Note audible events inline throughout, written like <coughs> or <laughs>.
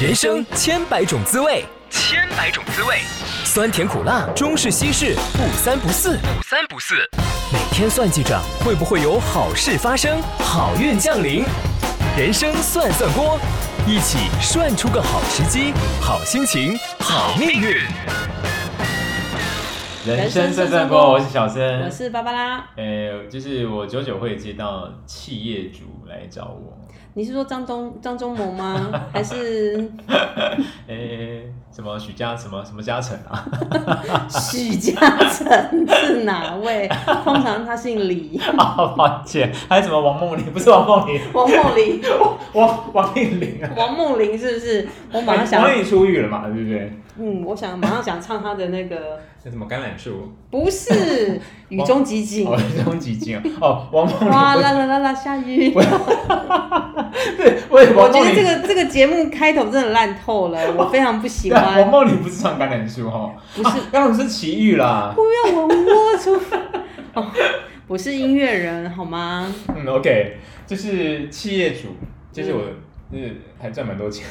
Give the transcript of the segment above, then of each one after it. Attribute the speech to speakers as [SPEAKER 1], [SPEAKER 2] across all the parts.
[SPEAKER 1] 人生千百种滋味，
[SPEAKER 2] 千百种滋味，
[SPEAKER 1] 酸甜苦辣，中式西式，不三不四。
[SPEAKER 2] 不三不四。
[SPEAKER 1] 每天算计着会不会有好事发生，好运降临。人生算算锅，一起涮出个好时机、好心情、好命运。
[SPEAKER 3] 人生算算锅，我是小生。
[SPEAKER 4] 我是芭芭拉。
[SPEAKER 3] 呃，就是我久久会接到企业主来找我，
[SPEAKER 4] 你是说张忠张忠谋
[SPEAKER 3] <laughs>
[SPEAKER 4] 吗？还是
[SPEAKER 3] 呃，什么许家什么什么嘉诚啊， <laughs>
[SPEAKER 4] 许嘉诚是哪
[SPEAKER 3] <laughs>
[SPEAKER 4] 位？通常他姓李，
[SPEAKER 3] 啊，抱歉，还有什么王梦玲，不是王梦玲， <laughs>
[SPEAKER 4] 王梦玲，
[SPEAKER 3] 王王梦玲啊，
[SPEAKER 4] 王梦玲是不是？我马上
[SPEAKER 3] 哎王
[SPEAKER 4] 想，
[SPEAKER 3] 梦玲出狱了嘛，对不对？
[SPEAKER 4] 嗯，我想马上想唱他的那个，
[SPEAKER 3] 那什么橄榄树，
[SPEAKER 4] 不
[SPEAKER 3] <laughs>
[SPEAKER 4] 是雨中极景
[SPEAKER 3] 哦，，终极金哦，王梦
[SPEAKER 4] 哗
[SPEAKER 3] 玲
[SPEAKER 4] 啦啦啦啦下雨。
[SPEAKER 3] 不是，对，我也
[SPEAKER 4] 我
[SPEAKER 3] 王
[SPEAKER 4] 觉
[SPEAKER 3] 梦
[SPEAKER 4] 得这
[SPEAKER 3] 玲，
[SPEAKER 4] 个这个节目开头真的烂透了，我非常不喜
[SPEAKER 3] <laughs> 王
[SPEAKER 4] 欢。
[SPEAKER 3] 梦玲不是唱橄榄树哈，
[SPEAKER 4] 不是
[SPEAKER 3] <laughs> 啊橄榄树是奇遇啦，
[SPEAKER 4] 不要我摸出，哦，我是音乐人好吗？
[SPEAKER 3] 嗯，OK，就是企业主，就是我，就是还赚蛮多钱。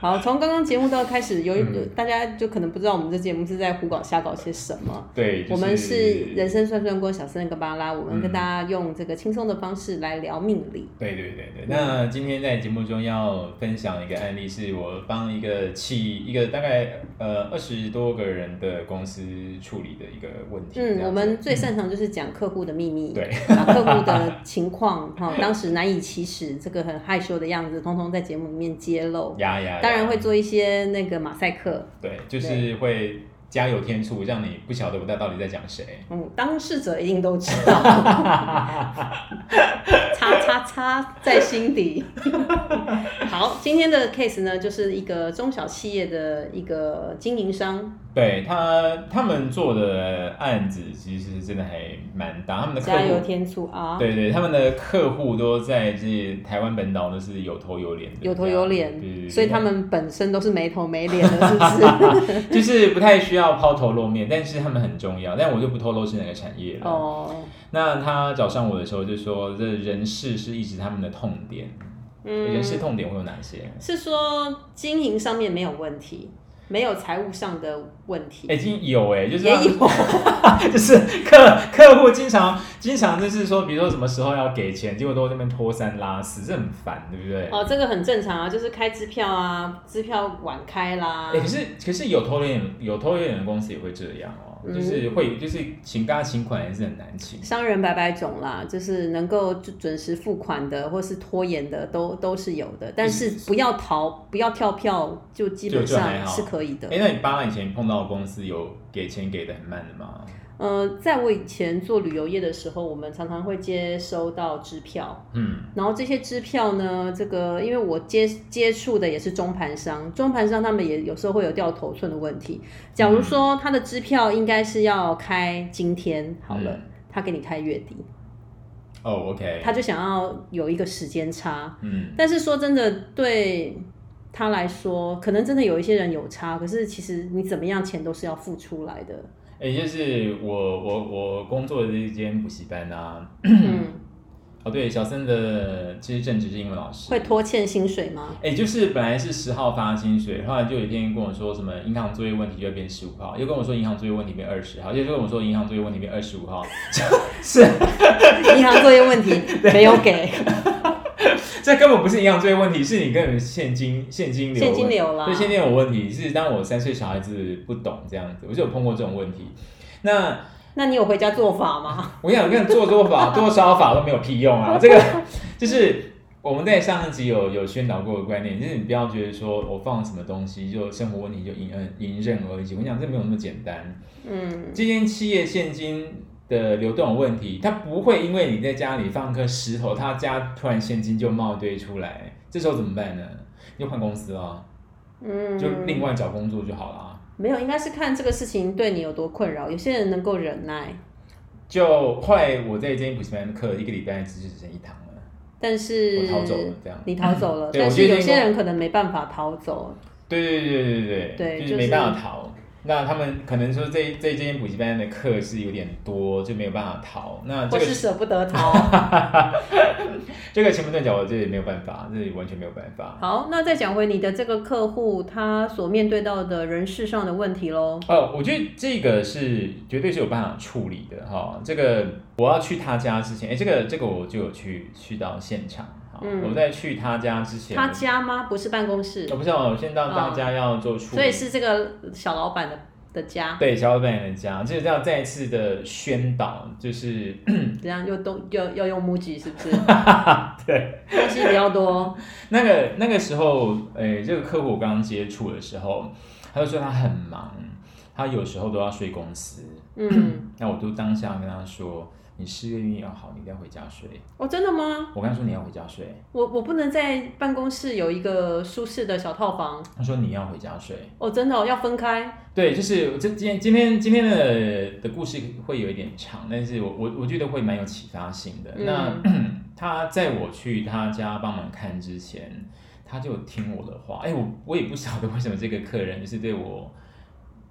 [SPEAKER 4] 好，从刚刚节目到开始，由于、
[SPEAKER 3] 嗯
[SPEAKER 4] 大家就可能不知道我们这节目是在胡搞瞎搞些什么。
[SPEAKER 3] 对，就是、
[SPEAKER 4] 我们是人生算算锅小三跟巴拉，我们
[SPEAKER 3] 嗯
[SPEAKER 4] 跟大家用这个轻松的方式来聊命理。
[SPEAKER 3] 对对对对。那今天在节目中要分享一个案例，是我帮一个企一个大概呃二十多个人的公司处理的一个问题。这样
[SPEAKER 4] 嗯，
[SPEAKER 3] 子
[SPEAKER 4] 我们最擅长就是讲客户的秘密，
[SPEAKER 3] 对，
[SPEAKER 4] 把客户的情况哈、当时难以启齿，这个很害羞的样子，通通在节目里面揭
[SPEAKER 3] <laughs>
[SPEAKER 4] 露。
[SPEAKER 3] 呀呀，
[SPEAKER 4] 当然会
[SPEAKER 3] 呀
[SPEAKER 4] 做一些那个马赛克，
[SPEAKER 3] 对，就是会加油添醋，让你不晓得我到底在讲谁。
[SPEAKER 4] 嗯，当事者一定都知道， <laughs> 叉叉叉在心底。 <laughs> 好，今天的 case 呢，就是一个中小企业的一个经营商，
[SPEAKER 3] 对他他们做的案子其实真的还蛮大，他们的客
[SPEAKER 4] 加油
[SPEAKER 3] 户
[SPEAKER 4] 添醋啊，
[SPEAKER 3] 对对，他们的客户都在这台湾本岛都是有头有脸的，
[SPEAKER 4] 有头有脸
[SPEAKER 3] 对对对，
[SPEAKER 4] 所以他们本身都是没头没脸的，是
[SPEAKER 3] <laughs>
[SPEAKER 4] 不是？
[SPEAKER 3] 就是不太需要抛头露面，但是他们很重要，但我就不透露是哪个产业了。
[SPEAKER 4] 哦，
[SPEAKER 3] 那他找上我的时候就说，这人事是一直他们的痛点，人
[SPEAKER 4] 嗯，
[SPEAKER 3] 事痛点会有哪些？
[SPEAKER 4] 是说经营上面没有问题，没有财务上的问题，
[SPEAKER 3] 哎已经有哎、就是
[SPEAKER 4] 也有
[SPEAKER 3] <laughs> 就是客客户经常经常就是说，比如说什么时候要给钱，结果都在那边拖三拉四，这很烦，对不对？
[SPEAKER 4] 哦，这个很正常啊，就是开支票啊，支票晚开啦
[SPEAKER 3] 欸，可是可是有偷脸有偷脸的公司也会这样哦、
[SPEAKER 4] 嗯
[SPEAKER 3] 就是会就是请大家请款也是很难请。
[SPEAKER 4] 商人百百种啦，就是能够准准时付款的，或是拖延的，都都是有的。但是不要逃，不要跳票，就基本
[SPEAKER 3] 就就还
[SPEAKER 4] 上
[SPEAKER 3] 好
[SPEAKER 4] 是可以的
[SPEAKER 3] 哎、。那你八拉以前碰到的公司有给钱给的很慢的吗？
[SPEAKER 4] 呃，在我以前做旅游业的时候，我们常常会接收到支票，
[SPEAKER 3] 嗯，
[SPEAKER 4] 然后这些支票呢，这个因为我接接触的也是中盘商，中盘商他们也有时候会有掉头寸的问题。假如
[SPEAKER 3] 嗯
[SPEAKER 4] 说他的支票应该是要开今天好了，
[SPEAKER 3] 嗯
[SPEAKER 4] 他给你开月底，
[SPEAKER 3] 哦，OK，
[SPEAKER 4] 他就想要有一个时间差。
[SPEAKER 3] 嗯，
[SPEAKER 4] 但是说真的，对他来说，可能真的有一些人有差，可是其实你怎么样，钱都是要付出来
[SPEAKER 3] <laughs>
[SPEAKER 4] 的。
[SPEAKER 3] 哎、就是我我我工作的这间补习班啊，
[SPEAKER 4] 嗯，
[SPEAKER 3] 哦对，小森的其实正职是英文老师，
[SPEAKER 4] 会拖欠薪水吗？ <laughs>
[SPEAKER 3] 哎、就是本来是十号发薪水，后来就有一天跟我说什么银行作业问题就会变十五号，又跟我说银行作业问题变二十号，又跟我说银行作业问题变二十五号， <laughs> 是
[SPEAKER 4] 银行作业问题没有给， <laughs>
[SPEAKER 3] 这根本不是银行作业问题，是你根本现金现金流
[SPEAKER 4] 现金流啦
[SPEAKER 3] 对现金流有问题。是当我三岁小孩子不懂这样子，我就有碰过这种问题。那
[SPEAKER 4] 那你有回家做法
[SPEAKER 3] <laughs>
[SPEAKER 4] 吗？
[SPEAKER 3] 我跟你讲，跟做做法、做烧法都没有屁用啊！这个就是我们在上一集有有宣导过的观念，就是你不要觉得说我放什么东西就生活问题就迎刃迎刃而解。我跟你讲，这没有那么简单。
[SPEAKER 4] 嗯，
[SPEAKER 3] 这间企业现金的流动有问题，它不会因为你在家里放颗石头，它家突然现金就冒堆出来，这时候怎么办呢？你就换公司啦，
[SPEAKER 4] 嗯
[SPEAKER 3] 就另外找工作就好啊啦。
[SPEAKER 4] 没有，应该是看这个事情对你有多困扰。有些人能够忍耐，
[SPEAKER 3] 就后来我在这间补习班的课一个礼拜只只剩一堂了，
[SPEAKER 4] 但是
[SPEAKER 3] 我逃走了这样
[SPEAKER 4] 你逃走了，
[SPEAKER 3] <laughs> 对
[SPEAKER 4] 但
[SPEAKER 3] 我
[SPEAKER 4] 是
[SPEAKER 3] 觉得
[SPEAKER 4] 有
[SPEAKER 3] 那
[SPEAKER 4] 些
[SPEAKER 3] 个
[SPEAKER 4] 人可能没办法逃走。
[SPEAKER 3] 对对对对对
[SPEAKER 4] 对
[SPEAKER 3] 就
[SPEAKER 4] 就是
[SPEAKER 3] 没办法逃。那他们可能说这这间补习班的课是有点多，就没有办法逃。那 <laughs> 这
[SPEAKER 4] 我
[SPEAKER 3] 个
[SPEAKER 4] 是舍不得逃。
[SPEAKER 3] 这个前门断脚，我这也没有办法，这里完全没有办法。
[SPEAKER 4] 好，那再讲回你的这个客户，他所面对到的人事上的问题喽。
[SPEAKER 3] 哦，我觉得这个是绝对是有办法处理的哈、这个我要去他家之前，哎，这个这个我就有去去到现场。哈
[SPEAKER 4] 嗯
[SPEAKER 3] 我在去他家之前，
[SPEAKER 4] 他家吗？不是办公室
[SPEAKER 3] 我、，啊不是哦，我先到大家要做处理，
[SPEAKER 4] 所以是这个小老板的的家，
[SPEAKER 3] 对小伙伴的家，就是要再次的宣导，就是
[SPEAKER 4] 怎样又都又要用 MUJI 是不是？
[SPEAKER 3] <laughs> 对
[SPEAKER 4] 东西比较多，
[SPEAKER 3] 那个那个时候，诶、这个客户我刚接触的时候，他就说他很忙，他有时候都要睡公司。
[SPEAKER 4] 嗯，
[SPEAKER 3] 那我就当下跟他说：“你事业运要哦好，你一定要回家睡。
[SPEAKER 4] 哦，真的吗？”
[SPEAKER 3] 我跟他说：“你要回家睡。
[SPEAKER 4] 我我不能在办公室有一个舒适的小套房，”
[SPEAKER 3] 他说：“你要回家睡。
[SPEAKER 4] 哦，真的、哦、要分开，”
[SPEAKER 3] 对，就是这今天今天今天的的故事会有一点长，但是我我我觉得会蛮有启发性的。那
[SPEAKER 4] 嗯
[SPEAKER 3] <clears throat> 他在我去他家帮忙看之前，他就听我的话。哎、我我也不晓得为什么这个客人就是对我，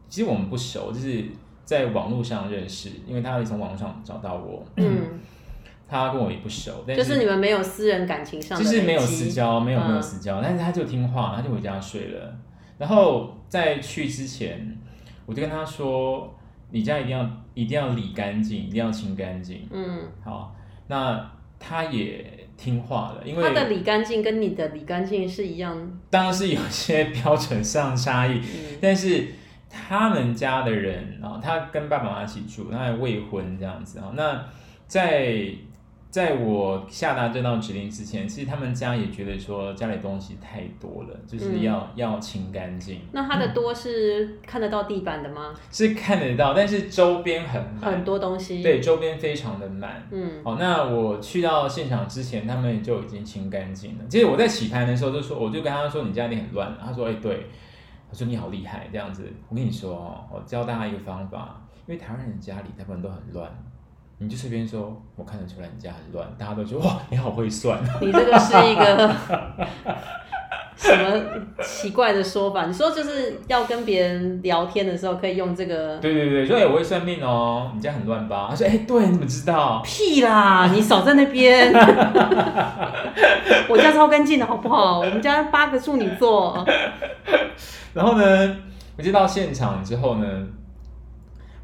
[SPEAKER 3] 其实我们不熟，就是在网络上认识，因为他从网络上找到我，
[SPEAKER 4] 嗯，
[SPEAKER 3] 他跟我也不熟，但
[SPEAKER 4] 就是你们没有私人感情上的
[SPEAKER 3] 就
[SPEAKER 4] 累积，
[SPEAKER 3] 是没有私交，没有
[SPEAKER 4] 嗯
[SPEAKER 3] 没有私交，但是他就听话，他就回家睡了。然后在去之前，我就跟他说：“你家一定要一定要理干净，一定要清干净。
[SPEAKER 4] 嗯，”
[SPEAKER 3] 好，那他也听话了，因
[SPEAKER 4] 他的
[SPEAKER 3] 为
[SPEAKER 4] 理干净跟你的理干净是一样，
[SPEAKER 3] 当然是有些标准上差异，
[SPEAKER 4] 嗯
[SPEAKER 3] 但是他们家的人啊、他跟爸爸妈妈一起住，他还未婚这样子啊、那在在我下达这道指令之前，其实他们家也觉得说家里东西太多了，就是
[SPEAKER 4] 嗯
[SPEAKER 3] 要、要清干净，
[SPEAKER 4] 那他的多是看得到地板的吗？
[SPEAKER 3] 是看得到，但是周边很满，
[SPEAKER 4] 很多东西，
[SPEAKER 3] 嗯对，，周边非常的满。
[SPEAKER 4] 嗯
[SPEAKER 3] 好，那我去到现场之前，他们就已经清干净了。其实我在洗盘的时候就说，我就跟他说你家里很乱，他说哎、对，他说你好厉害这样子。我跟你说哦，我教大家一个方法，因为台湾人家里大部分都很乱，你就随便说，我看得出来你家很乱，大家都说哇你好会算， <laughs>
[SPEAKER 4] 你这个是一个什么奇怪的说法？你说就是要跟别人聊天的时候可以用这个
[SPEAKER 3] 对对对，说哎、我会算命哦，你家很乱吧？他说哎、对，你怎么知道？
[SPEAKER 4] 屁啦！你少在那边，
[SPEAKER 3] <laughs>
[SPEAKER 4] 我家超干净的好不好？我们家八个处女座，
[SPEAKER 3] 然后呢，我接到现场之后呢，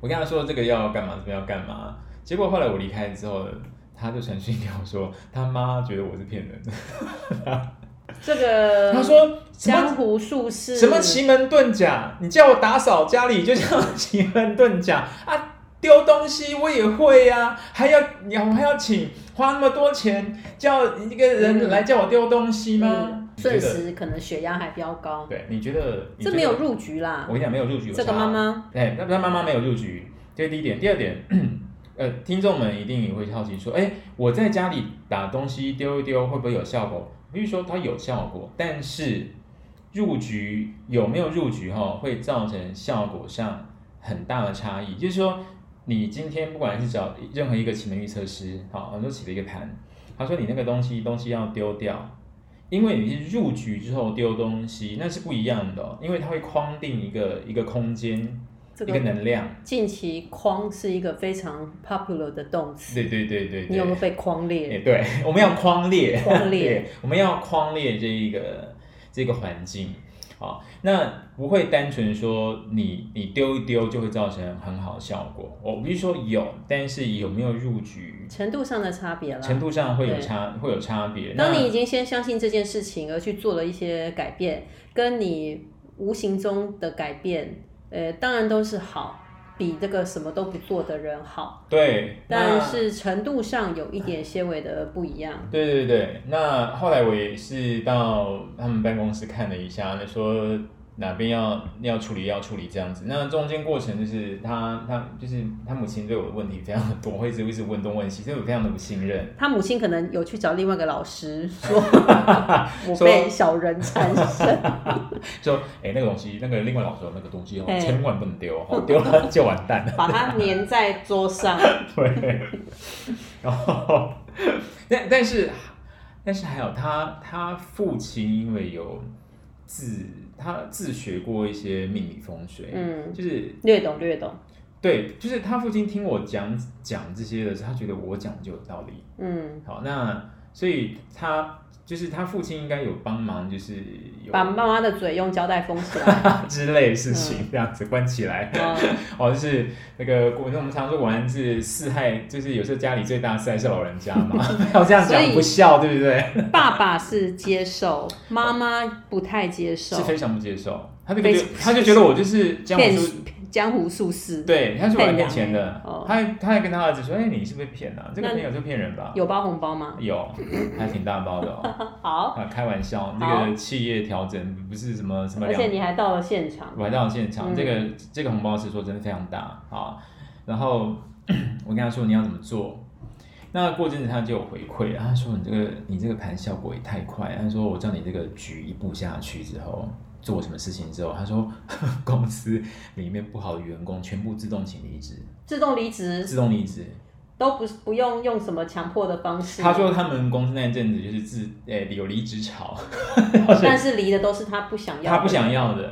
[SPEAKER 3] 我跟他说这个要干嘛，这边要干嘛。结果后来我离开之后，他就传讯给我说，他妈觉得我是骗人的。
[SPEAKER 4] 这个
[SPEAKER 3] 他说什
[SPEAKER 4] 江
[SPEAKER 3] 么
[SPEAKER 4] 湖术士
[SPEAKER 3] 什么奇门遁甲，你叫我打扫家里就叫奇门遁甲啊，丢东西我也会呀、啊，还要你我还要请花那么多钱叫一个人来叫我丢东西吗
[SPEAKER 4] 嗯？
[SPEAKER 3] 你觉
[SPEAKER 4] 瞬
[SPEAKER 3] 得？
[SPEAKER 4] 时可能血压还飙高，
[SPEAKER 3] 对，你觉得你
[SPEAKER 4] 这
[SPEAKER 3] 觉
[SPEAKER 4] 没有
[SPEAKER 3] 得
[SPEAKER 4] 入局啦
[SPEAKER 3] 我。跟你讲，没有入局有
[SPEAKER 4] 这个
[SPEAKER 3] 差
[SPEAKER 4] 妈妈，
[SPEAKER 3] 哎，那他妈妈没有入局，这是第一点。第二点，呃，听众们一定也会好奇说，哎，我在家里打东西丢一丢会不会有效果？比如说它有效果，但是入局有没有入局哈、会造成效果上很大的差异。就是说，你今天不管是找任何一个奇门预测师，好，我就起了一个盘，他说你那个东西东西要丢掉，因为你是入局之后丢东西，那是不一样的哦、因为它会框定一个一个空间，
[SPEAKER 4] 这
[SPEAKER 3] 一个能量。
[SPEAKER 4] 近期框是一个非常 popular 的动词，
[SPEAKER 3] 对对对对对，
[SPEAKER 4] 你有没有被框
[SPEAKER 3] 哎
[SPEAKER 4] 裂？
[SPEAKER 3] 对， <laughs> 我们要框列，
[SPEAKER 4] 框列
[SPEAKER 3] 对，我们要框列这一个这个环境。好，那不会单纯说你你丢一丢就会造成很好的效果。我必须说有，但是有没有入局，
[SPEAKER 4] 程度上的差别啦。
[SPEAKER 3] 程度上会有
[SPEAKER 4] 嗯对
[SPEAKER 3] 差会有差别。
[SPEAKER 4] 当
[SPEAKER 3] 那
[SPEAKER 4] 你已经先相信这件事情而去做了一些改变，跟你无形中的改变，呃，当然都是好，比这个什么都不做的人好，
[SPEAKER 3] 对，那
[SPEAKER 4] 但是程度上有一点些微的不一样。
[SPEAKER 3] 对对对，那后来我也是到他们办公室看了一下，那说哪边要要处理要处理这样子。那中间过程就是他他就是他母亲对我的问题非常的多，会一直一直问东问西，所以我非常的不信任。
[SPEAKER 4] 他母亲可能有去找另外一个老师说，
[SPEAKER 3] <laughs>
[SPEAKER 4] 我
[SPEAKER 3] 说
[SPEAKER 4] 被小人缠
[SPEAKER 3] <laughs>
[SPEAKER 4] 身。
[SPEAKER 3] 说哎、那个东西，那个另外老师说那个东西哦，
[SPEAKER 4] 哎
[SPEAKER 3] 千万不能丢哦，丢了就完蛋了。
[SPEAKER 4] 把它粘在桌上，
[SPEAKER 3] 对， <laughs> 然后但但是但是还有他他父亲因为有自他自学过一些命理风水，
[SPEAKER 4] 嗯
[SPEAKER 3] 就是
[SPEAKER 4] 略懂略懂，
[SPEAKER 3] 对，就是他父亲听我讲讲这些的时候，他觉得我讲就有道理。
[SPEAKER 4] 嗯，
[SPEAKER 3] 好，那所以他就是他父亲应该有帮忙，就是有
[SPEAKER 4] 把妈妈的嘴用胶带封起
[SPEAKER 3] <laughs>
[SPEAKER 4] 来，
[SPEAKER 3] 之类的事情这样子关起来。
[SPEAKER 4] 嗯
[SPEAKER 3] 哦，就是那个我我们常说果然是四害，就是有时候家里最大四害是老人家嘛，
[SPEAKER 4] <laughs>
[SPEAKER 3] 要这样
[SPEAKER 4] 所
[SPEAKER 3] 讲
[SPEAKER 4] 以
[SPEAKER 3] 不孝，对不对？
[SPEAKER 4] 爸爸是接受，妈妈不太接受
[SPEAKER 3] 是，非常不接受，他就
[SPEAKER 4] 非
[SPEAKER 3] 觉得
[SPEAKER 4] 常
[SPEAKER 3] 他就觉得我就是江
[SPEAKER 4] 骗
[SPEAKER 3] 湖术
[SPEAKER 4] 江湖术士，，
[SPEAKER 3] 对，他是我来骗钱
[SPEAKER 4] 骗人
[SPEAKER 3] 的
[SPEAKER 4] 欸哦。
[SPEAKER 3] 他还他还跟他儿子说：“哎、你是不是骗啊？这个
[SPEAKER 4] 那
[SPEAKER 3] 朋友就骗人吧。
[SPEAKER 4] 有包红包吗？
[SPEAKER 3] 有”还挺大包
[SPEAKER 4] <laughs>
[SPEAKER 3] 的哦。
[SPEAKER 4] 好，
[SPEAKER 3] 啊，开玩笑，那
[SPEAKER 4] 好
[SPEAKER 3] 个企业调整不是什么什么
[SPEAKER 4] 而
[SPEAKER 3] 两
[SPEAKER 4] 且，你还到了现场，
[SPEAKER 3] 我还到现场，
[SPEAKER 4] 嗯
[SPEAKER 3] 这个这个红包是说真的非常大啊。然后我跟他说你要怎么做，那过阵子他就有回馈，啊他说你这个你这个盘效果也太快，他说我叫你这个局一步下去之后。做什么事情之后，他说 <laughs> 公司里面不好的员工全部自动请离职，
[SPEAKER 4] 自动离职
[SPEAKER 3] 自动离职。
[SPEAKER 4] 都不不用用什么强迫的方式，
[SPEAKER 3] 他说他们公司那阵子就是自诶、有离职潮，
[SPEAKER 4] 但是离的都是他不想要，
[SPEAKER 3] 他不，想要的。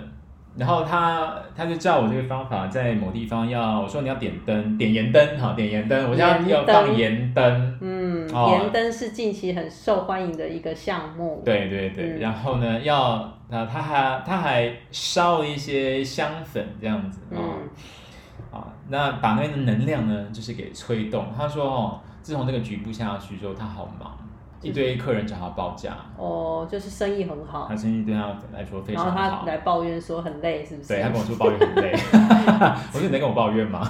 [SPEAKER 3] 然后他他就照我这个方法，在某地方要我说你要点灯，点盐灯哈，点盐灯，我现在
[SPEAKER 4] 盐
[SPEAKER 3] 要
[SPEAKER 4] 灯
[SPEAKER 3] 放盐灯，
[SPEAKER 4] 嗯，
[SPEAKER 3] 哦
[SPEAKER 4] 盐灯是近期很受欢迎的一个项目，，
[SPEAKER 3] 对对对。
[SPEAKER 4] 嗯
[SPEAKER 3] 然后呢，要那他还他还烧了一些香粉这样子啊、
[SPEAKER 4] 嗯，
[SPEAKER 3] 啊，那把那个能量呢，就是给催动。他说哦，自从这个局部下去之后，他好忙，一堆客人找他报价，
[SPEAKER 4] 哦，就是生意很好
[SPEAKER 3] 他，生意对他来说非
[SPEAKER 4] 然
[SPEAKER 3] 常
[SPEAKER 4] 后
[SPEAKER 3] 好。
[SPEAKER 4] 他来抱怨说很累，是不是？
[SPEAKER 3] 对他跟我说抱怨很累， <laughs> 我说你在跟我抱怨吗？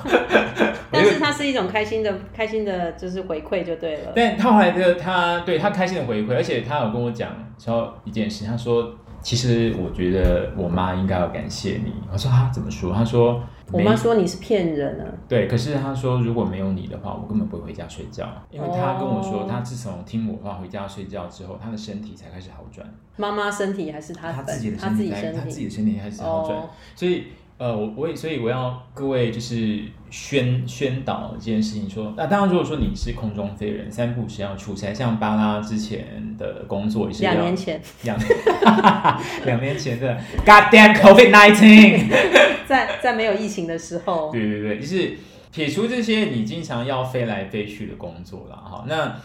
[SPEAKER 3] <laughs>
[SPEAKER 4] 但是它是一种开心的、开心的，就是回馈就对了。
[SPEAKER 3] 但他后来的他对他开心的回馈，而且他有跟我讲说一件事，他说其实我觉得我妈应该要感谢你。我说啊怎么说？他说
[SPEAKER 4] 我
[SPEAKER 3] 没
[SPEAKER 4] 妈说你是骗人啊，
[SPEAKER 3] 对，可是他说如果没有你的话，我根本不会回家睡觉，因为他跟我说
[SPEAKER 4] 哦
[SPEAKER 3] 他自从听我话回家睡觉之后，他的身体才开始好转，
[SPEAKER 4] 妈妈身体还是她
[SPEAKER 3] 他
[SPEAKER 4] 本
[SPEAKER 3] 自己的
[SPEAKER 4] 她
[SPEAKER 3] 身
[SPEAKER 4] 自
[SPEAKER 3] 体
[SPEAKER 4] 己
[SPEAKER 3] 才他
[SPEAKER 4] 身
[SPEAKER 3] 自己
[SPEAKER 4] 体
[SPEAKER 3] 的身体开始好转，
[SPEAKER 4] 哦
[SPEAKER 3] 所以呃，我我也所以我要各位就是宣宣导这件事情说，那当然如果说你是空中飞人，三步是要出差，像巴拉之前的工作也是要
[SPEAKER 4] 两年前
[SPEAKER 3] 两 <laughs> 两年前的 goddamn COVID nineteen，
[SPEAKER 4] 在在没有疫情的时候，
[SPEAKER 3] 对对对，啊就是撇除这些你经常要飞来飞去的工作啦，哈，那。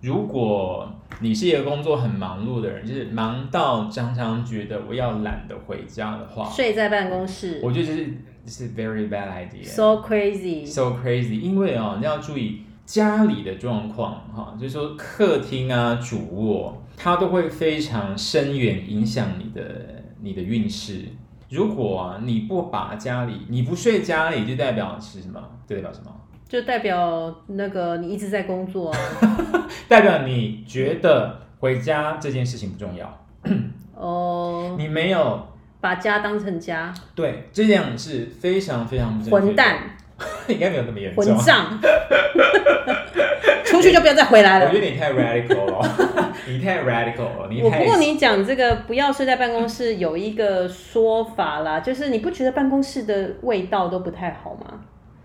[SPEAKER 3] 如果你是一个工作很忙碌的人，就是忙到常常觉得我要懒得回家的话，
[SPEAKER 4] 睡在办公室
[SPEAKER 3] 啊我觉得这是这是 very bad idea。
[SPEAKER 4] ，so crazy，
[SPEAKER 3] so crazy，因为啊、你要注意家里的状况哈、就是说客厅啊、主卧，它都会非常深远影响你的你的运势。如果、啊、你不把家里，你不睡家里，就代表是什么？就代表什么？
[SPEAKER 4] 就代表那个你一直在工作啊。
[SPEAKER 3] <laughs> 代表你觉得回家这件事情不重要，
[SPEAKER 4] 哦，
[SPEAKER 3] 你没有
[SPEAKER 4] 把家当成家，
[SPEAKER 3] 对，这样是非常非常不正确的
[SPEAKER 4] 混，蛋、
[SPEAKER 3] <laughs> 应该没有那么严重
[SPEAKER 4] 混。账， <laughs> 出去就不要再回来
[SPEAKER 3] 我
[SPEAKER 4] 了
[SPEAKER 3] 觉。得你太 radical 了， <laughs> 你太 radical 了，你
[SPEAKER 4] 我
[SPEAKER 3] 太
[SPEAKER 4] 不过你讲这个不要睡在办公室，有一个说法啦，就是你不觉得办公室的味道都不太好吗？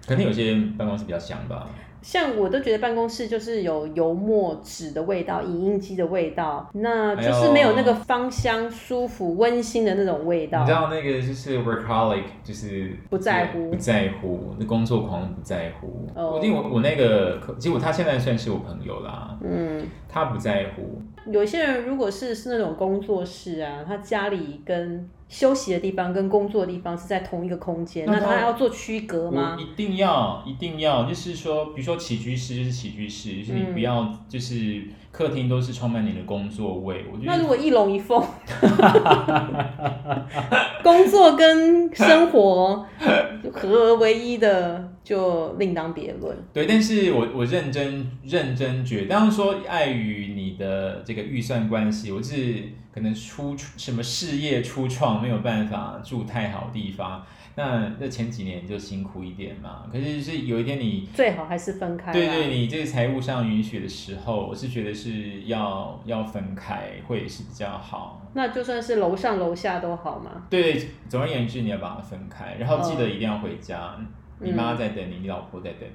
[SPEAKER 3] 肯定有些办公室比较香吧？
[SPEAKER 4] 像我都觉得办公室就是有油墨纸的味道、影印机的味道，那
[SPEAKER 3] 哎
[SPEAKER 4] 就是没有那个芳香、舒服、温馨的那种味道
[SPEAKER 3] 你知。道那个就是 workaholic，就是
[SPEAKER 4] 啊不在乎
[SPEAKER 3] 不在乎，那工作狂不在乎。
[SPEAKER 4] 哦
[SPEAKER 3] 我因为我我那个，结果他现在算是我朋友啦，
[SPEAKER 4] 嗯，
[SPEAKER 3] 他不在乎。
[SPEAKER 4] 有些人如果是是那种工作室啊，他家里跟休息的地方跟工作的地方是在同一个空间，
[SPEAKER 3] 那
[SPEAKER 4] 那
[SPEAKER 3] 他
[SPEAKER 4] 他要做区隔
[SPEAKER 3] 我
[SPEAKER 4] 吗？
[SPEAKER 3] 一定要一定要，就是说，比如说起居室就是起居室，就是你
[SPEAKER 4] 嗯
[SPEAKER 3] 不要就是客厅都是充满你的工作位。我觉
[SPEAKER 4] 那如
[SPEAKER 3] 得
[SPEAKER 4] 果一龙一凤， <laughs> 工作跟生活合而为一的，就另当别论。
[SPEAKER 3] 对，但是我我认真认真觉得，当然说碍于你的这个预算关系，我是可能初什么事业初创没有办法住太好地方，那那前几年就辛苦一点嘛。可是是有一天你
[SPEAKER 4] 最好还是分开啦。
[SPEAKER 3] 对对你这个财务上允许的时候，我是觉得是要要分开会是比较好。
[SPEAKER 4] 那就算是楼上楼下都好嘛。
[SPEAKER 3] 对，总而言之，你要把它分开，然后记得一定要回家。你妈
[SPEAKER 4] 嗯
[SPEAKER 3] 在等你，你老婆在等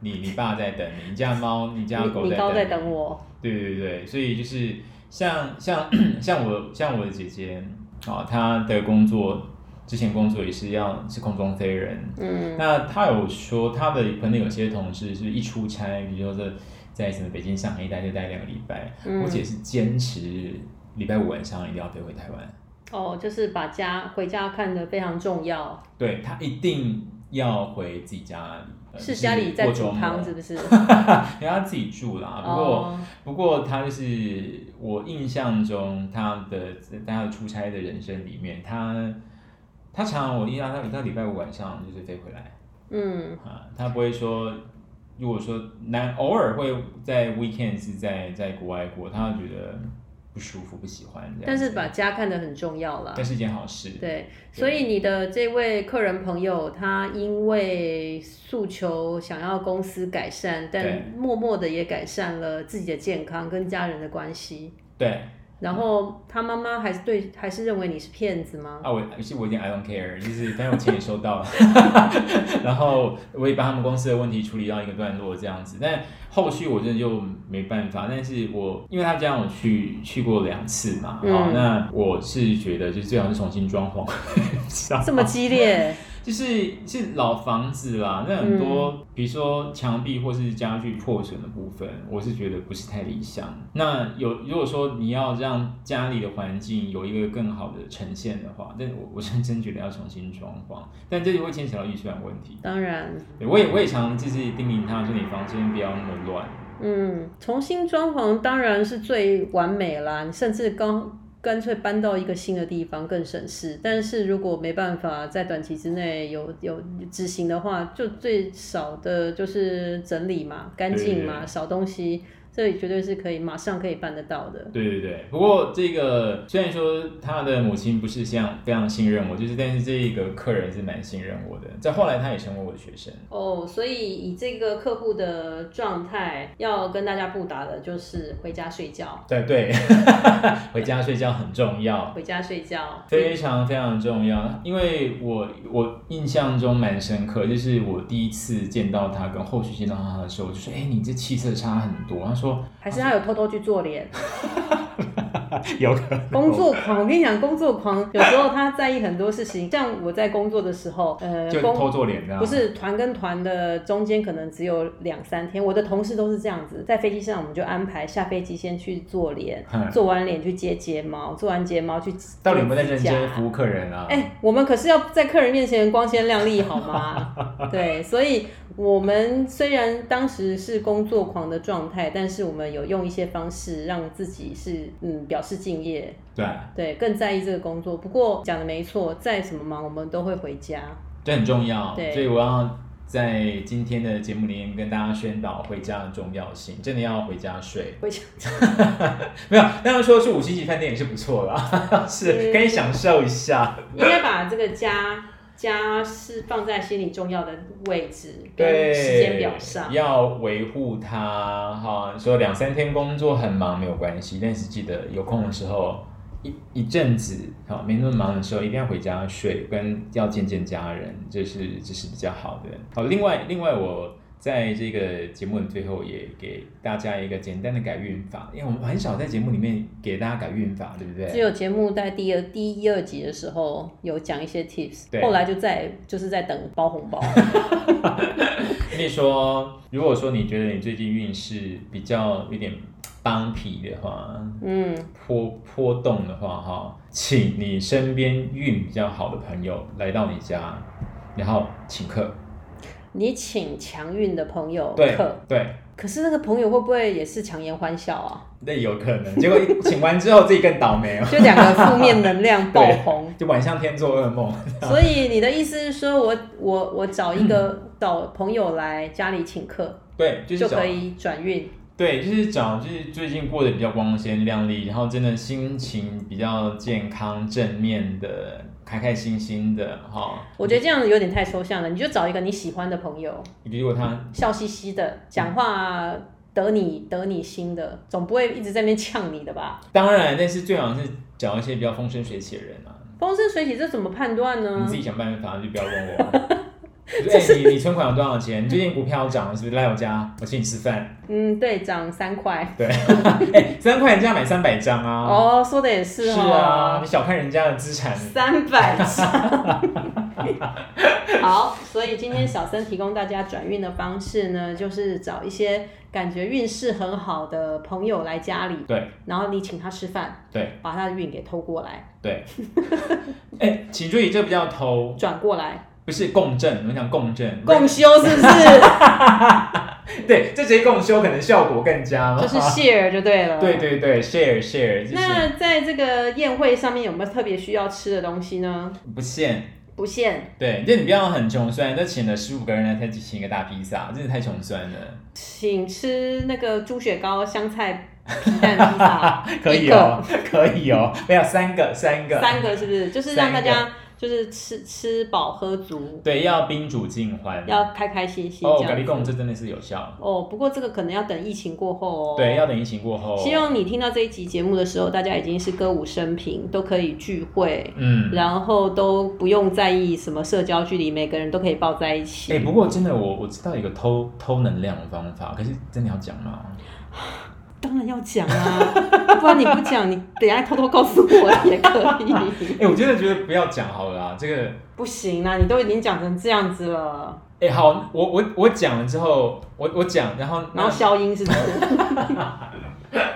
[SPEAKER 3] 你，你你爸在等你，你家猫、你家
[SPEAKER 4] 米
[SPEAKER 3] 狗
[SPEAKER 4] 米
[SPEAKER 3] 在
[SPEAKER 4] 高在
[SPEAKER 3] 等你
[SPEAKER 4] 等我，
[SPEAKER 3] 对对对，所以就是像像像我像我的姐姐啊，她的工作之前工作也是要是空中飞人，
[SPEAKER 4] 嗯
[SPEAKER 3] 那她有说她的可能有些同事是一出差，比如说在在什么北京、上海一待就待两个礼拜，
[SPEAKER 4] 嗯
[SPEAKER 3] 我姐是坚持礼拜五晚上一定要飞回台湾，
[SPEAKER 4] 哦，就是把家回家看得非常重要，
[SPEAKER 3] 对她一定要回自己家里。呃
[SPEAKER 4] 是家里在
[SPEAKER 3] 过
[SPEAKER 4] 煮
[SPEAKER 3] 周末
[SPEAKER 4] 汤是不
[SPEAKER 3] <laughs>
[SPEAKER 4] 是？
[SPEAKER 3] 因为他自己住啦。不过、
[SPEAKER 4] 哦
[SPEAKER 3] 不过他就是我印象中他的他的出差的人生里面，他他常常我印象他他礼拜五晚上就是飞回来
[SPEAKER 4] 嗯
[SPEAKER 3] 啊，他不会说。如果说难偶尔会在 weekend 是在在国外过，他觉得不舒服、不喜欢这样子。
[SPEAKER 4] 但是把家看得很重要啦
[SPEAKER 3] 但。是一件好事。
[SPEAKER 4] 对，所以你的这位客人朋友，他因为诉求想要公司改善，
[SPEAKER 3] 对
[SPEAKER 4] 但默默的也改善了自己的健康跟家人的关系。
[SPEAKER 3] 对
[SPEAKER 4] 然后他妈妈还是对，还是认为你是骗子吗？
[SPEAKER 3] 啊，我其实我已经 I don't care，就是但是我钱也收到了， <laughs> 然后我也把他们公司的问题处理到一个段落这样子，但后续我真的就没办法。但是我因为他这样，我去去过两次嘛，
[SPEAKER 4] 嗯
[SPEAKER 3] 好，那我是觉得就是最好是重新装潢， <laughs> 知道吗
[SPEAKER 4] 这么激烈，
[SPEAKER 3] 就是是老房子啦，那很多、比如说墙壁或是家具破损的部分，我是觉得不是太理想。那有如果说你要让家里的环境有一个更好的呈现的话，但我我是真觉得要重新装潢，但这就会牵扯到预算问题。
[SPEAKER 4] 当然，
[SPEAKER 3] 对我也我也常就是叮咛他说，你房间不要那么乱。
[SPEAKER 4] 嗯，重新装潢当然是最完美啦，你甚至刚干脆搬到一个新的地方更省事。但是如果没办法在短期之内有有执行的话，就最少的就是整理嘛，干净
[SPEAKER 3] 对对
[SPEAKER 4] 嘛，
[SPEAKER 3] 对
[SPEAKER 4] 少东西，这里绝对是可以马上可以办得到的。
[SPEAKER 3] 对对对，不过这个虽然说他的母亲不是像非常信任我，就是但是这个客人是蛮信任我的。在后来他也成为我的学生。
[SPEAKER 4] 哦，所以以这个客户的状态，要跟大家布达的就是回家睡觉，
[SPEAKER 3] 对对， <laughs> 回家睡觉很重要，
[SPEAKER 4] 回家睡觉。
[SPEAKER 3] 非常非常重要。因为我我印象中蛮深刻，就是我第一次见到他跟后续见到他的时候，我就说：“哎、你这气色差很多。”他说
[SPEAKER 4] 还是他有偷偷去做脸？：“
[SPEAKER 3] 有可能
[SPEAKER 4] 工作狂，我跟你讲，工作狂有时候他在意很多事情。像我在工作的时候，呃，
[SPEAKER 3] 就偷
[SPEAKER 4] 工
[SPEAKER 3] 做脸这样。”
[SPEAKER 4] 不是团跟团的中间可能只有两三天，我的同事都是这样子，在飞机上我们就安排下飞机先去做脸
[SPEAKER 3] 嗯，
[SPEAKER 4] 做完脸去接睫毛，做完睫毛去
[SPEAKER 3] 到底有没有在
[SPEAKER 4] 做
[SPEAKER 3] 认
[SPEAKER 4] 指甲
[SPEAKER 3] 真服务客人啊？
[SPEAKER 4] 哎、我们可是要在客人面前光鲜亮丽，好
[SPEAKER 3] <laughs>
[SPEAKER 4] 吗？对，所以我们虽然当时是工作狂的状态，但是我们有用一些方式让自己是嗯表示敬业，
[SPEAKER 3] 对，
[SPEAKER 4] 对，更在意这个工作。不过讲的没错，再怎么忙，我们都会回家。
[SPEAKER 3] 这很重要。
[SPEAKER 4] 对
[SPEAKER 3] 所以我要在今天的节目里面跟大家宣导回家的重要性，真的要回家睡。
[SPEAKER 4] 回家
[SPEAKER 3] 没有，当然说是五星级饭店也是不错啦， <laughs> 是可以享受一下。
[SPEAKER 4] 应该把这个家家是放在心里重要的位置，
[SPEAKER 3] 对，
[SPEAKER 4] 跟时间表上。
[SPEAKER 3] 要维护它哈。说两三天工作很忙没有关系，但是记得有空的时候，一一阵子哈，没那么忙的时候，一定要回家睡，跟要见见家人，这是这是比较好的。好，另外另外我。在这个节目的最后，也给大家一个简单的改运法，因为我们很少在节目里面给大家改运法，对不对？
[SPEAKER 4] 只有节目在第二第一二集的时候有讲一些 tips，
[SPEAKER 3] 对
[SPEAKER 4] 后来就在就是在等包红
[SPEAKER 3] <laughs>
[SPEAKER 4] 包。
[SPEAKER 3] 跟你说，如果说你觉得你最近运势比较有点帮皮的话，
[SPEAKER 4] 嗯，
[SPEAKER 3] 波波动的话，哈，请你身边运比较好的朋友来到你家，然后请客。
[SPEAKER 4] 你请强运的朋友哦
[SPEAKER 3] 对
[SPEAKER 4] 客，
[SPEAKER 3] 对，
[SPEAKER 4] 可是那个朋友会不会也是强颜欢笑啊？
[SPEAKER 3] 那有可能。结果一请完之后自己更倒霉哦， <laughs>
[SPEAKER 4] 就两个负面能量爆
[SPEAKER 3] 对
[SPEAKER 4] 棚。
[SPEAKER 3] 就晚上天做噩梦。 <laughs>
[SPEAKER 4] <laughs> 所以你的意思是说我我我找一个找朋友来家里请客，
[SPEAKER 3] 对，就是
[SPEAKER 4] 就
[SPEAKER 3] 找
[SPEAKER 4] 可以转运。
[SPEAKER 3] 对，就是找就是最近过得比较光鲜亮丽，然后真的心情比较健康正面的，开开心心的哈。
[SPEAKER 4] 我觉得这样有点太抽象了，你就找一个你喜欢的朋友，
[SPEAKER 3] 如果他
[SPEAKER 4] 笑嘻嘻的，讲话得你得你心的，总不会一直在那边呛你的吧？
[SPEAKER 3] 当然，但是最好是找一些比较风生水起的人啊。
[SPEAKER 4] 风生水起这怎么判断
[SPEAKER 3] 你
[SPEAKER 4] 呢 <laughs>
[SPEAKER 3] 自？己想办法，就不要问我。哎、你你存款有多少钱？你最近股票涨了是不是？来我家，我请你吃饭。
[SPEAKER 4] 嗯，对，涨三块。 <laughs>
[SPEAKER 3] 对，哎、三块人家买三百张啊。
[SPEAKER 4] 哦，说的也是
[SPEAKER 3] 是
[SPEAKER 4] 哦。
[SPEAKER 3] 啊，你小看人家的资产。
[SPEAKER 4] 三百张。 <laughs> 好，所以今天小森提供大家转运的方式呢，就是找一些感觉运势很好的朋友来家里，
[SPEAKER 3] 对
[SPEAKER 4] 然后你请他吃饭，
[SPEAKER 3] 对
[SPEAKER 4] 把他的运给偷过来， <laughs>
[SPEAKER 3] 对。哎、请注意，这不叫偷，
[SPEAKER 4] 转过来，
[SPEAKER 3] 不是共振。我们讲共振，
[SPEAKER 4] 共修是不是？
[SPEAKER 3] <laughs> 对，这直接共修可能效果更佳嘛。
[SPEAKER 4] 就是
[SPEAKER 3] <laughs>
[SPEAKER 4] share 就对了。
[SPEAKER 3] 对。对对，share share，就是
[SPEAKER 4] 那在这个宴会上面有没有特别需要吃的东西呢？
[SPEAKER 3] 不限。
[SPEAKER 4] 不限，
[SPEAKER 3] 对，就你不要很穷酸，那请了十五个人来才请一个大披萨，真的太穷酸了。，
[SPEAKER 4] 请吃那个猪血糕、香菜、皮蛋披萨
[SPEAKER 3] <laughs> 可以哦，可以哦，没有三个，三个，
[SPEAKER 4] 三个是不是？就是让大
[SPEAKER 3] 三
[SPEAKER 4] 家就是吃吃饱喝足，
[SPEAKER 3] 对，要宾主尽欢。
[SPEAKER 4] 要开开心心
[SPEAKER 3] 嗯哦，
[SPEAKER 4] 这
[SPEAKER 3] 咖喱贡
[SPEAKER 4] 样子。
[SPEAKER 3] 这真的是有效。
[SPEAKER 4] 哦，不过这个可能要等疫情过后哦。
[SPEAKER 3] 对，要。等疫情过后。
[SPEAKER 4] 希望你听到这一集节目的时候，大家已经是歌舞升平，都可以聚会，
[SPEAKER 3] 嗯，
[SPEAKER 4] 然后都不用在意什么社交距离，每个人都可以抱在一起。
[SPEAKER 3] 哎、不过真的，我我知道一个偷偷能量的方法，可是真的要讲吗？
[SPEAKER 4] 当然要讲啊， <laughs> 不然你不讲，你等一下偷偷告诉我也可以。
[SPEAKER 3] <laughs> 哎、我真的觉得不要讲好了啦，啊这个。
[SPEAKER 4] 不行啊啦，你都已经讲成这样子了，
[SPEAKER 3] 哎、好，我我我讲了之后，我我讲，然后
[SPEAKER 4] 然后消音是不是？
[SPEAKER 3] <laughs>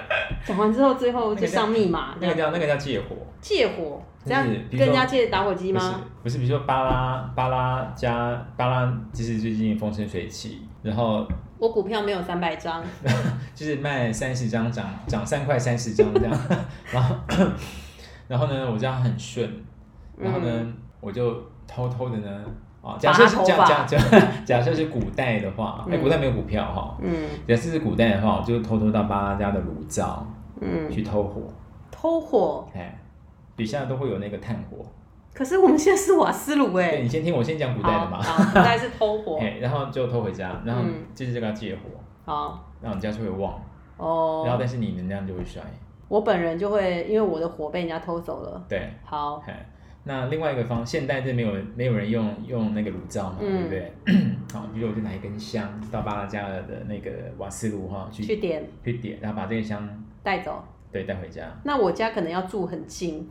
[SPEAKER 4] 讲完之后，最后就上密码，
[SPEAKER 3] 那个叫那个叫借火，
[SPEAKER 4] 借火，
[SPEAKER 3] 就是
[SPEAKER 4] 这样
[SPEAKER 3] 比
[SPEAKER 4] 跟
[SPEAKER 3] 如说
[SPEAKER 4] 人家借打火机
[SPEAKER 3] 不是
[SPEAKER 4] 吗？
[SPEAKER 3] 不是，比如说巴拉巴拉加巴拉，就是最近风生水起，然后
[SPEAKER 4] 我股票没有三百张，
[SPEAKER 3] 就是卖三十张涨涨三块三十张这
[SPEAKER 4] <laughs>
[SPEAKER 3] 样，然后 <coughs> 然后呢，我这样很顺，然后呢，我就偷偷的呢，啊，假设
[SPEAKER 4] 嗯
[SPEAKER 3] 是
[SPEAKER 4] 拔头
[SPEAKER 3] 假
[SPEAKER 4] 发
[SPEAKER 3] 假假 <laughs> 假设是古代的话，哎、
[SPEAKER 4] 嗯
[SPEAKER 3] 古代没有股票哈、
[SPEAKER 4] 嗯
[SPEAKER 3] 假设是古代的话，我就偷偷到巴拉家的炉灶
[SPEAKER 4] 嗯，
[SPEAKER 3] 去偷火，
[SPEAKER 4] 偷火，
[SPEAKER 3] 哎，底下都会有那个炭火。
[SPEAKER 4] 可是我们现在是瓦斯炉
[SPEAKER 3] 对，
[SPEAKER 4] 哎
[SPEAKER 3] 你，先听我先讲古代的
[SPEAKER 4] 好，
[SPEAKER 3] 嘛，
[SPEAKER 4] 好，古代是偷
[SPEAKER 3] <laughs>
[SPEAKER 4] 火，
[SPEAKER 3] 哎，然后就偷回家，然后
[SPEAKER 4] 嗯
[SPEAKER 3] 就是这个要借火，
[SPEAKER 4] 好
[SPEAKER 3] 然后人家就会忘，然后
[SPEAKER 4] 哦，
[SPEAKER 3] 但是你能量就会衰，
[SPEAKER 4] 我本人就会因为我的火被人家偷走了，
[SPEAKER 3] 对。
[SPEAKER 4] 好，
[SPEAKER 3] 哎，那另外一个方，现代这没有人没有人用用那个炉灶嘛，
[SPEAKER 4] 嗯
[SPEAKER 3] 对 <coughs> 不对？好，比如我就拿一根香到巴拉加尔的那个瓦斯炉哈，去
[SPEAKER 4] 去点
[SPEAKER 3] 去点，然后把这个香
[SPEAKER 4] 带走。
[SPEAKER 3] 对带回
[SPEAKER 4] <laughs>
[SPEAKER 3] 家，
[SPEAKER 4] 那我家可能要住很
[SPEAKER 3] <laughs>
[SPEAKER 4] 近，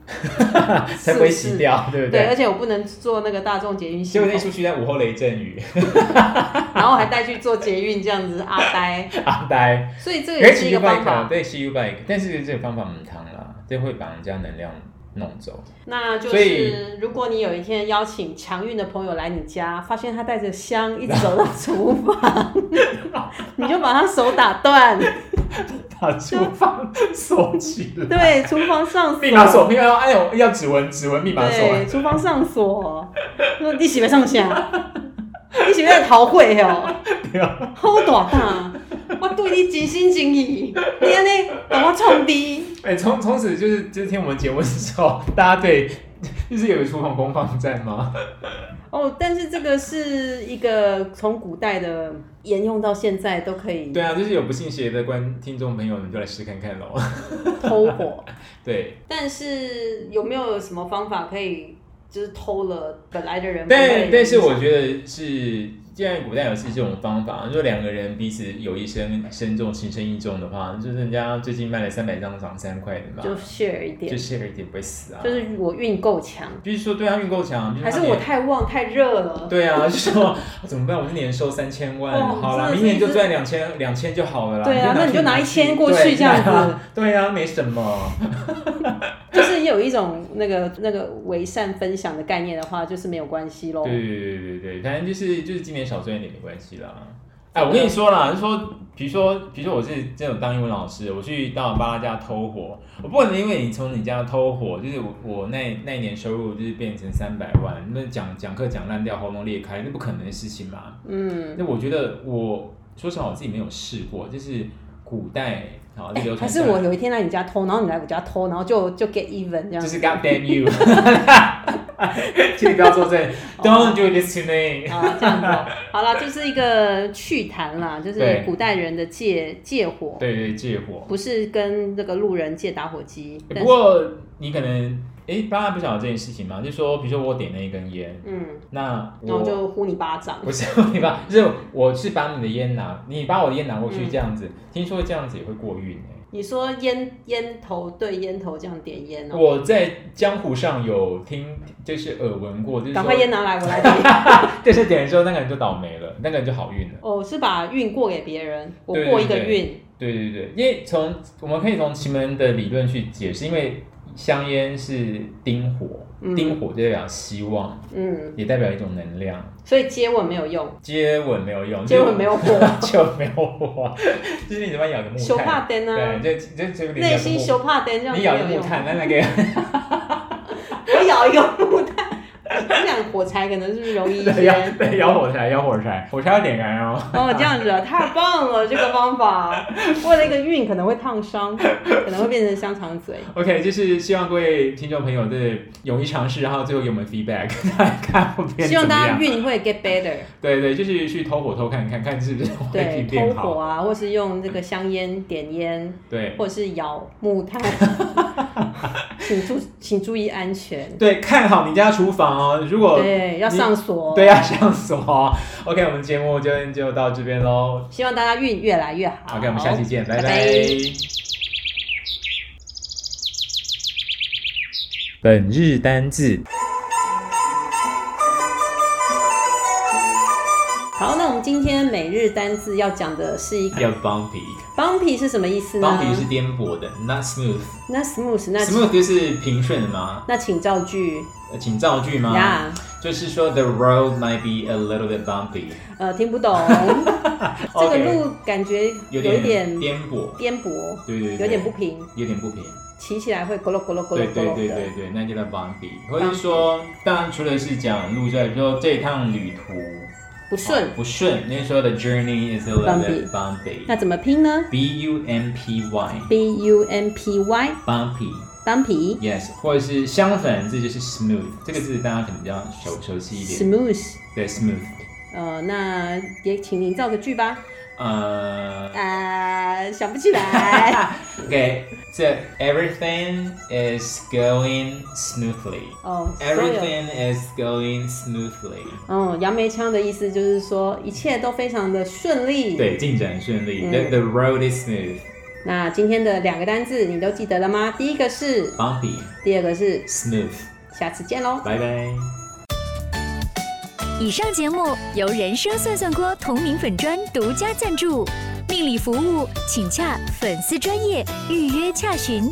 [SPEAKER 3] 才不会洗掉，对不
[SPEAKER 4] 对，而
[SPEAKER 3] 对？
[SPEAKER 4] 且我不能坐那个大众捷运系
[SPEAKER 3] 结
[SPEAKER 4] 统
[SPEAKER 3] 果那一出去在午后雷阵雨， <laughs>
[SPEAKER 4] 然后还带去坐捷运这样子阿呆，
[SPEAKER 3] 阿呆，
[SPEAKER 4] 所以这个
[SPEAKER 3] 可以
[SPEAKER 4] 也是
[SPEAKER 3] 骑
[SPEAKER 4] 一个
[SPEAKER 3] U
[SPEAKER 4] 方
[SPEAKER 3] bike，
[SPEAKER 4] 法
[SPEAKER 3] 啊。对，骑 U bike，但是这个方法很烫啦，这会把人家能量弄
[SPEAKER 4] <laughs>
[SPEAKER 3] 走。
[SPEAKER 4] 那就
[SPEAKER 3] 所以
[SPEAKER 4] 是，如果你有一天邀请强运的朋友来你家，发现他带着香一直走到厨房， <laughs> 你就把他手打断，
[SPEAKER 3] 把厨房锁起
[SPEAKER 4] <laughs>
[SPEAKER 3] 来，
[SPEAKER 4] 对，厨房上
[SPEAKER 3] 密码
[SPEAKER 4] 锁，
[SPEAKER 3] 锁，密码哎呦，要指纹，指纹密码锁，
[SPEAKER 4] 对，厨房上锁，说你喜欢上下，你喜欢逃会哦，
[SPEAKER 3] 对啊。
[SPEAKER 4] 好大胆，我对你真心真意，你安尼把我冲低，
[SPEAKER 3] 哎、从从此就是就是听我们节目的时候，大家对就是有厨房攻防战吗？
[SPEAKER 4] 哦，但是这个是一个从古代的沿用到现在都可以
[SPEAKER 3] 对啊，就是有不信邪的观听众朋友，你们就来试看看喽。
[SPEAKER 4] 偷火。
[SPEAKER 3] 对，
[SPEAKER 4] 但是有没有什么方法可以，就是偷了本来的人？
[SPEAKER 3] 但但是我觉得是，既然古代有是这种方法，如果两个人彼此有一生深重情深意重的话，就是人家最近卖了三百张涨三块的嘛，
[SPEAKER 4] 就 share 一
[SPEAKER 3] 就
[SPEAKER 4] 点，
[SPEAKER 3] 是一点不会死啊。
[SPEAKER 4] 就是我运够强，
[SPEAKER 3] 必须说对他啊运够强，
[SPEAKER 4] 还
[SPEAKER 3] 就是他
[SPEAKER 4] 我
[SPEAKER 3] 年
[SPEAKER 4] 太旺太热了？
[SPEAKER 3] 对啊，就说怎么办？我是年收三千万，
[SPEAKER 4] 哦
[SPEAKER 3] 好啦，
[SPEAKER 4] 真的
[SPEAKER 3] 明
[SPEAKER 4] 是
[SPEAKER 3] 年就
[SPEAKER 4] 一直
[SPEAKER 3] 赚两千两千就好了啦。
[SPEAKER 4] 对啊那你就拿
[SPEAKER 3] 去
[SPEAKER 4] 1000过去这样子
[SPEAKER 3] 对啊，对啊，没什么。
[SPEAKER 4] 就是有一种那个那个为善分享的概念的话，就是没有关系喽
[SPEAKER 3] 对。对对对对，反正就是就是今年少赚一点没关系啦。哎，我跟你说啦，就说比如说比如说我是这种当英文老师，我去到巴拉家偷火，我不可能因为你从你家偷火，就是我我那那一年收入就是变成三百万，那讲讲课讲烂掉，喉咙裂开，那不可能的事情嘛。
[SPEAKER 4] 嗯，
[SPEAKER 3] 那我觉得我说实话，我自己没有试过，就是古代啊，就流
[SPEAKER 4] 哎还
[SPEAKER 3] 传
[SPEAKER 4] 是
[SPEAKER 3] 下来
[SPEAKER 4] 我有一天来你家偷，然后你来我家偷，然后就就 get even 这样
[SPEAKER 3] 就
[SPEAKER 4] 子。
[SPEAKER 3] 是 God damn you，请你不要作证，Don't
[SPEAKER 4] 哦
[SPEAKER 3] do this to me。 <laughs>
[SPEAKER 4] 啊，这样子哦、好啦，就是一个趣谈啦，就是
[SPEAKER 3] 对
[SPEAKER 4] 古代人的借借火，
[SPEAKER 3] 对对，借火。
[SPEAKER 4] 不是跟那个路人借打火机，
[SPEAKER 3] 欸
[SPEAKER 4] 但
[SPEAKER 3] 不
[SPEAKER 4] 是
[SPEAKER 3] 过你可能哎、诶，大家不晓得这件事情吗？就说，比如说我点了一根烟，
[SPEAKER 4] 嗯，
[SPEAKER 3] 那
[SPEAKER 4] 然
[SPEAKER 3] 我
[SPEAKER 4] 后就呼你巴掌
[SPEAKER 3] 不。是 <laughs> 你把，就是我是把你的烟拿，你把我的烟拿过去
[SPEAKER 4] 嗯
[SPEAKER 3] 这样子，听说这样子也会过运欸诶。
[SPEAKER 4] 你说烟烟头对烟头这样点烟哦，
[SPEAKER 3] 我在江湖上有听，就是耳闻过，就是
[SPEAKER 4] 赶快烟
[SPEAKER 3] 说，
[SPEAKER 4] 拿来，我来点。
[SPEAKER 3] 但是点了之后那个 <laughs> 人就倒霉了，那个人就好运了。
[SPEAKER 4] 哦，是把运过给别人，我
[SPEAKER 3] 对
[SPEAKER 4] 过一个
[SPEAKER 3] 对对
[SPEAKER 4] 运，
[SPEAKER 3] 对对对，因为从我们可以从奇门的理论去解释，因为香烟是丁火，
[SPEAKER 4] 嗯
[SPEAKER 3] 丁火就代表希望，
[SPEAKER 4] 嗯，
[SPEAKER 3] 也代表一种能量。
[SPEAKER 4] 所以接吻没有用，
[SPEAKER 3] 接吻没有用，
[SPEAKER 4] 接吻没有火， <laughs>
[SPEAKER 3] 就没有火， <laughs> 就是你怎么咬个木
[SPEAKER 4] 羞怕灯
[SPEAKER 3] 炭，对，
[SPEAKER 4] 啊，
[SPEAKER 3] 就就就就
[SPEAKER 4] 内心羞，怕灯这样
[SPEAKER 3] 你
[SPEAKER 4] 子
[SPEAKER 3] 咬个
[SPEAKER 4] 没
[SPEAKER 3] 木
[SPEAKER 4] 有用。
[SPEAKER 3] 炭，那那个
[SPEAKER 4] 我咬一个木炭， <laughs> 我想火柴可能是不是容 <laughs> 易一
[SPEAKER 3] 对咬
[SPEAKER 4] 些？
[SPEAKER 3] 对咬火柴，咬火柴，火柴要点燃哦。
[SPEAKER 4] 哦，这样子啊，太棒了，这个方法，为了一个运可能会烫伤，可能会变成香肠嘴。
[SPEAKER 3] OK，就是希望各位听众朋友的勇于尝试，然后最后给我们 feedback，看看后面
[SPEAKER 4] 希望
[SPEAKER 3] 怎么
[SPEAKER 4] 大家
[SPEAKER 3] 样。
[SPEAKER 4] 运会 get
[SPEAKER 3] <laughs>
[SPEAKER 4] better，
[SPEAKER 3] 对对，就是去偷火偷看看看是不是会可
[SPEAKER 4] 对，
[SPEAKER 3] 以变
[SPEAKER 4] 偷火
[SPEAKER 3] 好。
[SPEAKER 4] 啊，或是用这个香烟点烟，
[SPEAKER 3] 对
[SPEAKER 4] 或者是咬木
[SPEAKER 3] <laughs>
[SPEAKER 4] 炭，请注请注意安全。
[SPEAKER 3] 对，看好你家厨房哦。如果
[SPEAKER 4] 对，要上锁。
[SPEAKER 3] <laughs> 对，要上锁哦。OK，我们节目就就到这边喽。
[SPEAKER 4] 希望大家运越来越好。
[SPEAKER 3] OK，我们下期见，拜
[SPEAKER 4] 拜
[SPEAKER 3] 拜
[SPEAKER 4] 拜。
[SPEAKER 3] 本日单字
[SPEAKER 4] 好，那我们今天每日单字要讲的是一个
[SPEAKER 3] 要 bumpy，bumpy
[SPEAKER 4] bumpy 是什么意思呢
[SPEAKER 3] 是颠簸的，not smooth。
[SPEAKER 4] 那 smooth 那
[SPEAKER 3] smooth 就是平顺的吗？
[SPEAKER 4] 那请造句
[SPEAKER 3] 呃请造句吗
[SPEAKER 4] 呀
[SPEAKER 3] 就是说 the road might be a little bit bumpy，
[SPEAKER 4] 呃，听不懂，这个
[SPEAKER 3] <laughs> OK，
[SPEAKER 4] 路感觉
[SPEAKER 3] 有
[SPEAKER 4] 一
[SPEAKER 3] 点
[SPEAKER 4] 点
[SPEAKER 3] 颠簸，
[SPEAKER 4] 颠簸，
[SPEAKER 3] 对对对，
[SPEAKER 4] 有点不平，
[SPEAKER 3] 有点不平。
[SPEAKER 4] 骑起来会咕噜咕噜咕
[SPEAKER 3] 对
[SPEAKER 4] 噜咕
[SPEAKER 3] 对
[SPEAKER 4] 噜
[SPEAKER 3] 对对
[SPEAKER 4] 的。
[SPEAKER 3] 对，那就叫 bumpy，或者是说，当然除了是讲路之外，比如说这一趟旅途
[SPEAKER 4] 不顺
[SPEAKER 3] 哦，不顺，那时候的 journey is a little bit bumpy。
[SPEAKER 4] 那怎么拼呢
[SPEAKER 3] B U M P Y
[SPEAKER 4] ？b u m p y
[SPEAKER 3] bumpy
[SPEAKER 4] bumpy
[SPEAKER 3] yes，或者是相反字就是 smooth，这个字大家可能比较熟熟悉一点。
[SPEAKER 4] smooth，
[SPEAKER 3] 对 smooth，
[SPEAKER 4] 呃，那也请您造个句吧。
[SPEAKER 3] 呃
[SPEAKER 4] 啊，想不起
[SPEAKER 3] <laughs>
[SPEAKER 4] 来。
[SPEAKER 3] ，OK，这 everything is going smoothly。
[SPEAKER 4] 哦，所有。
[SPEAKER 3] Everything is going smoothly。
[SPEAKER 4] 嗯，杨梅腔的意思就是说一切都非常的顺利。。
[SPEAKER 3] 对，进展顺利。
[SPEAKER 4] 嗯
[SPEAKER 3] The the road is smooth,
[SPEAKER 4] 那今天的两个单字你都记得了吗？第一个是，
[SPEAKER 3] bumpy,
[SPEAKER 4] 第二个是，
[SPEAKER 3] smooth。
[SPEAKER 4] 下次见喽。
[SPEAKER 3] 拜拜。
[SPEAKER 5] 以上节目由人生算算锅同名粉专独家赞助，命理服务请洽粉丝专业预约洽询。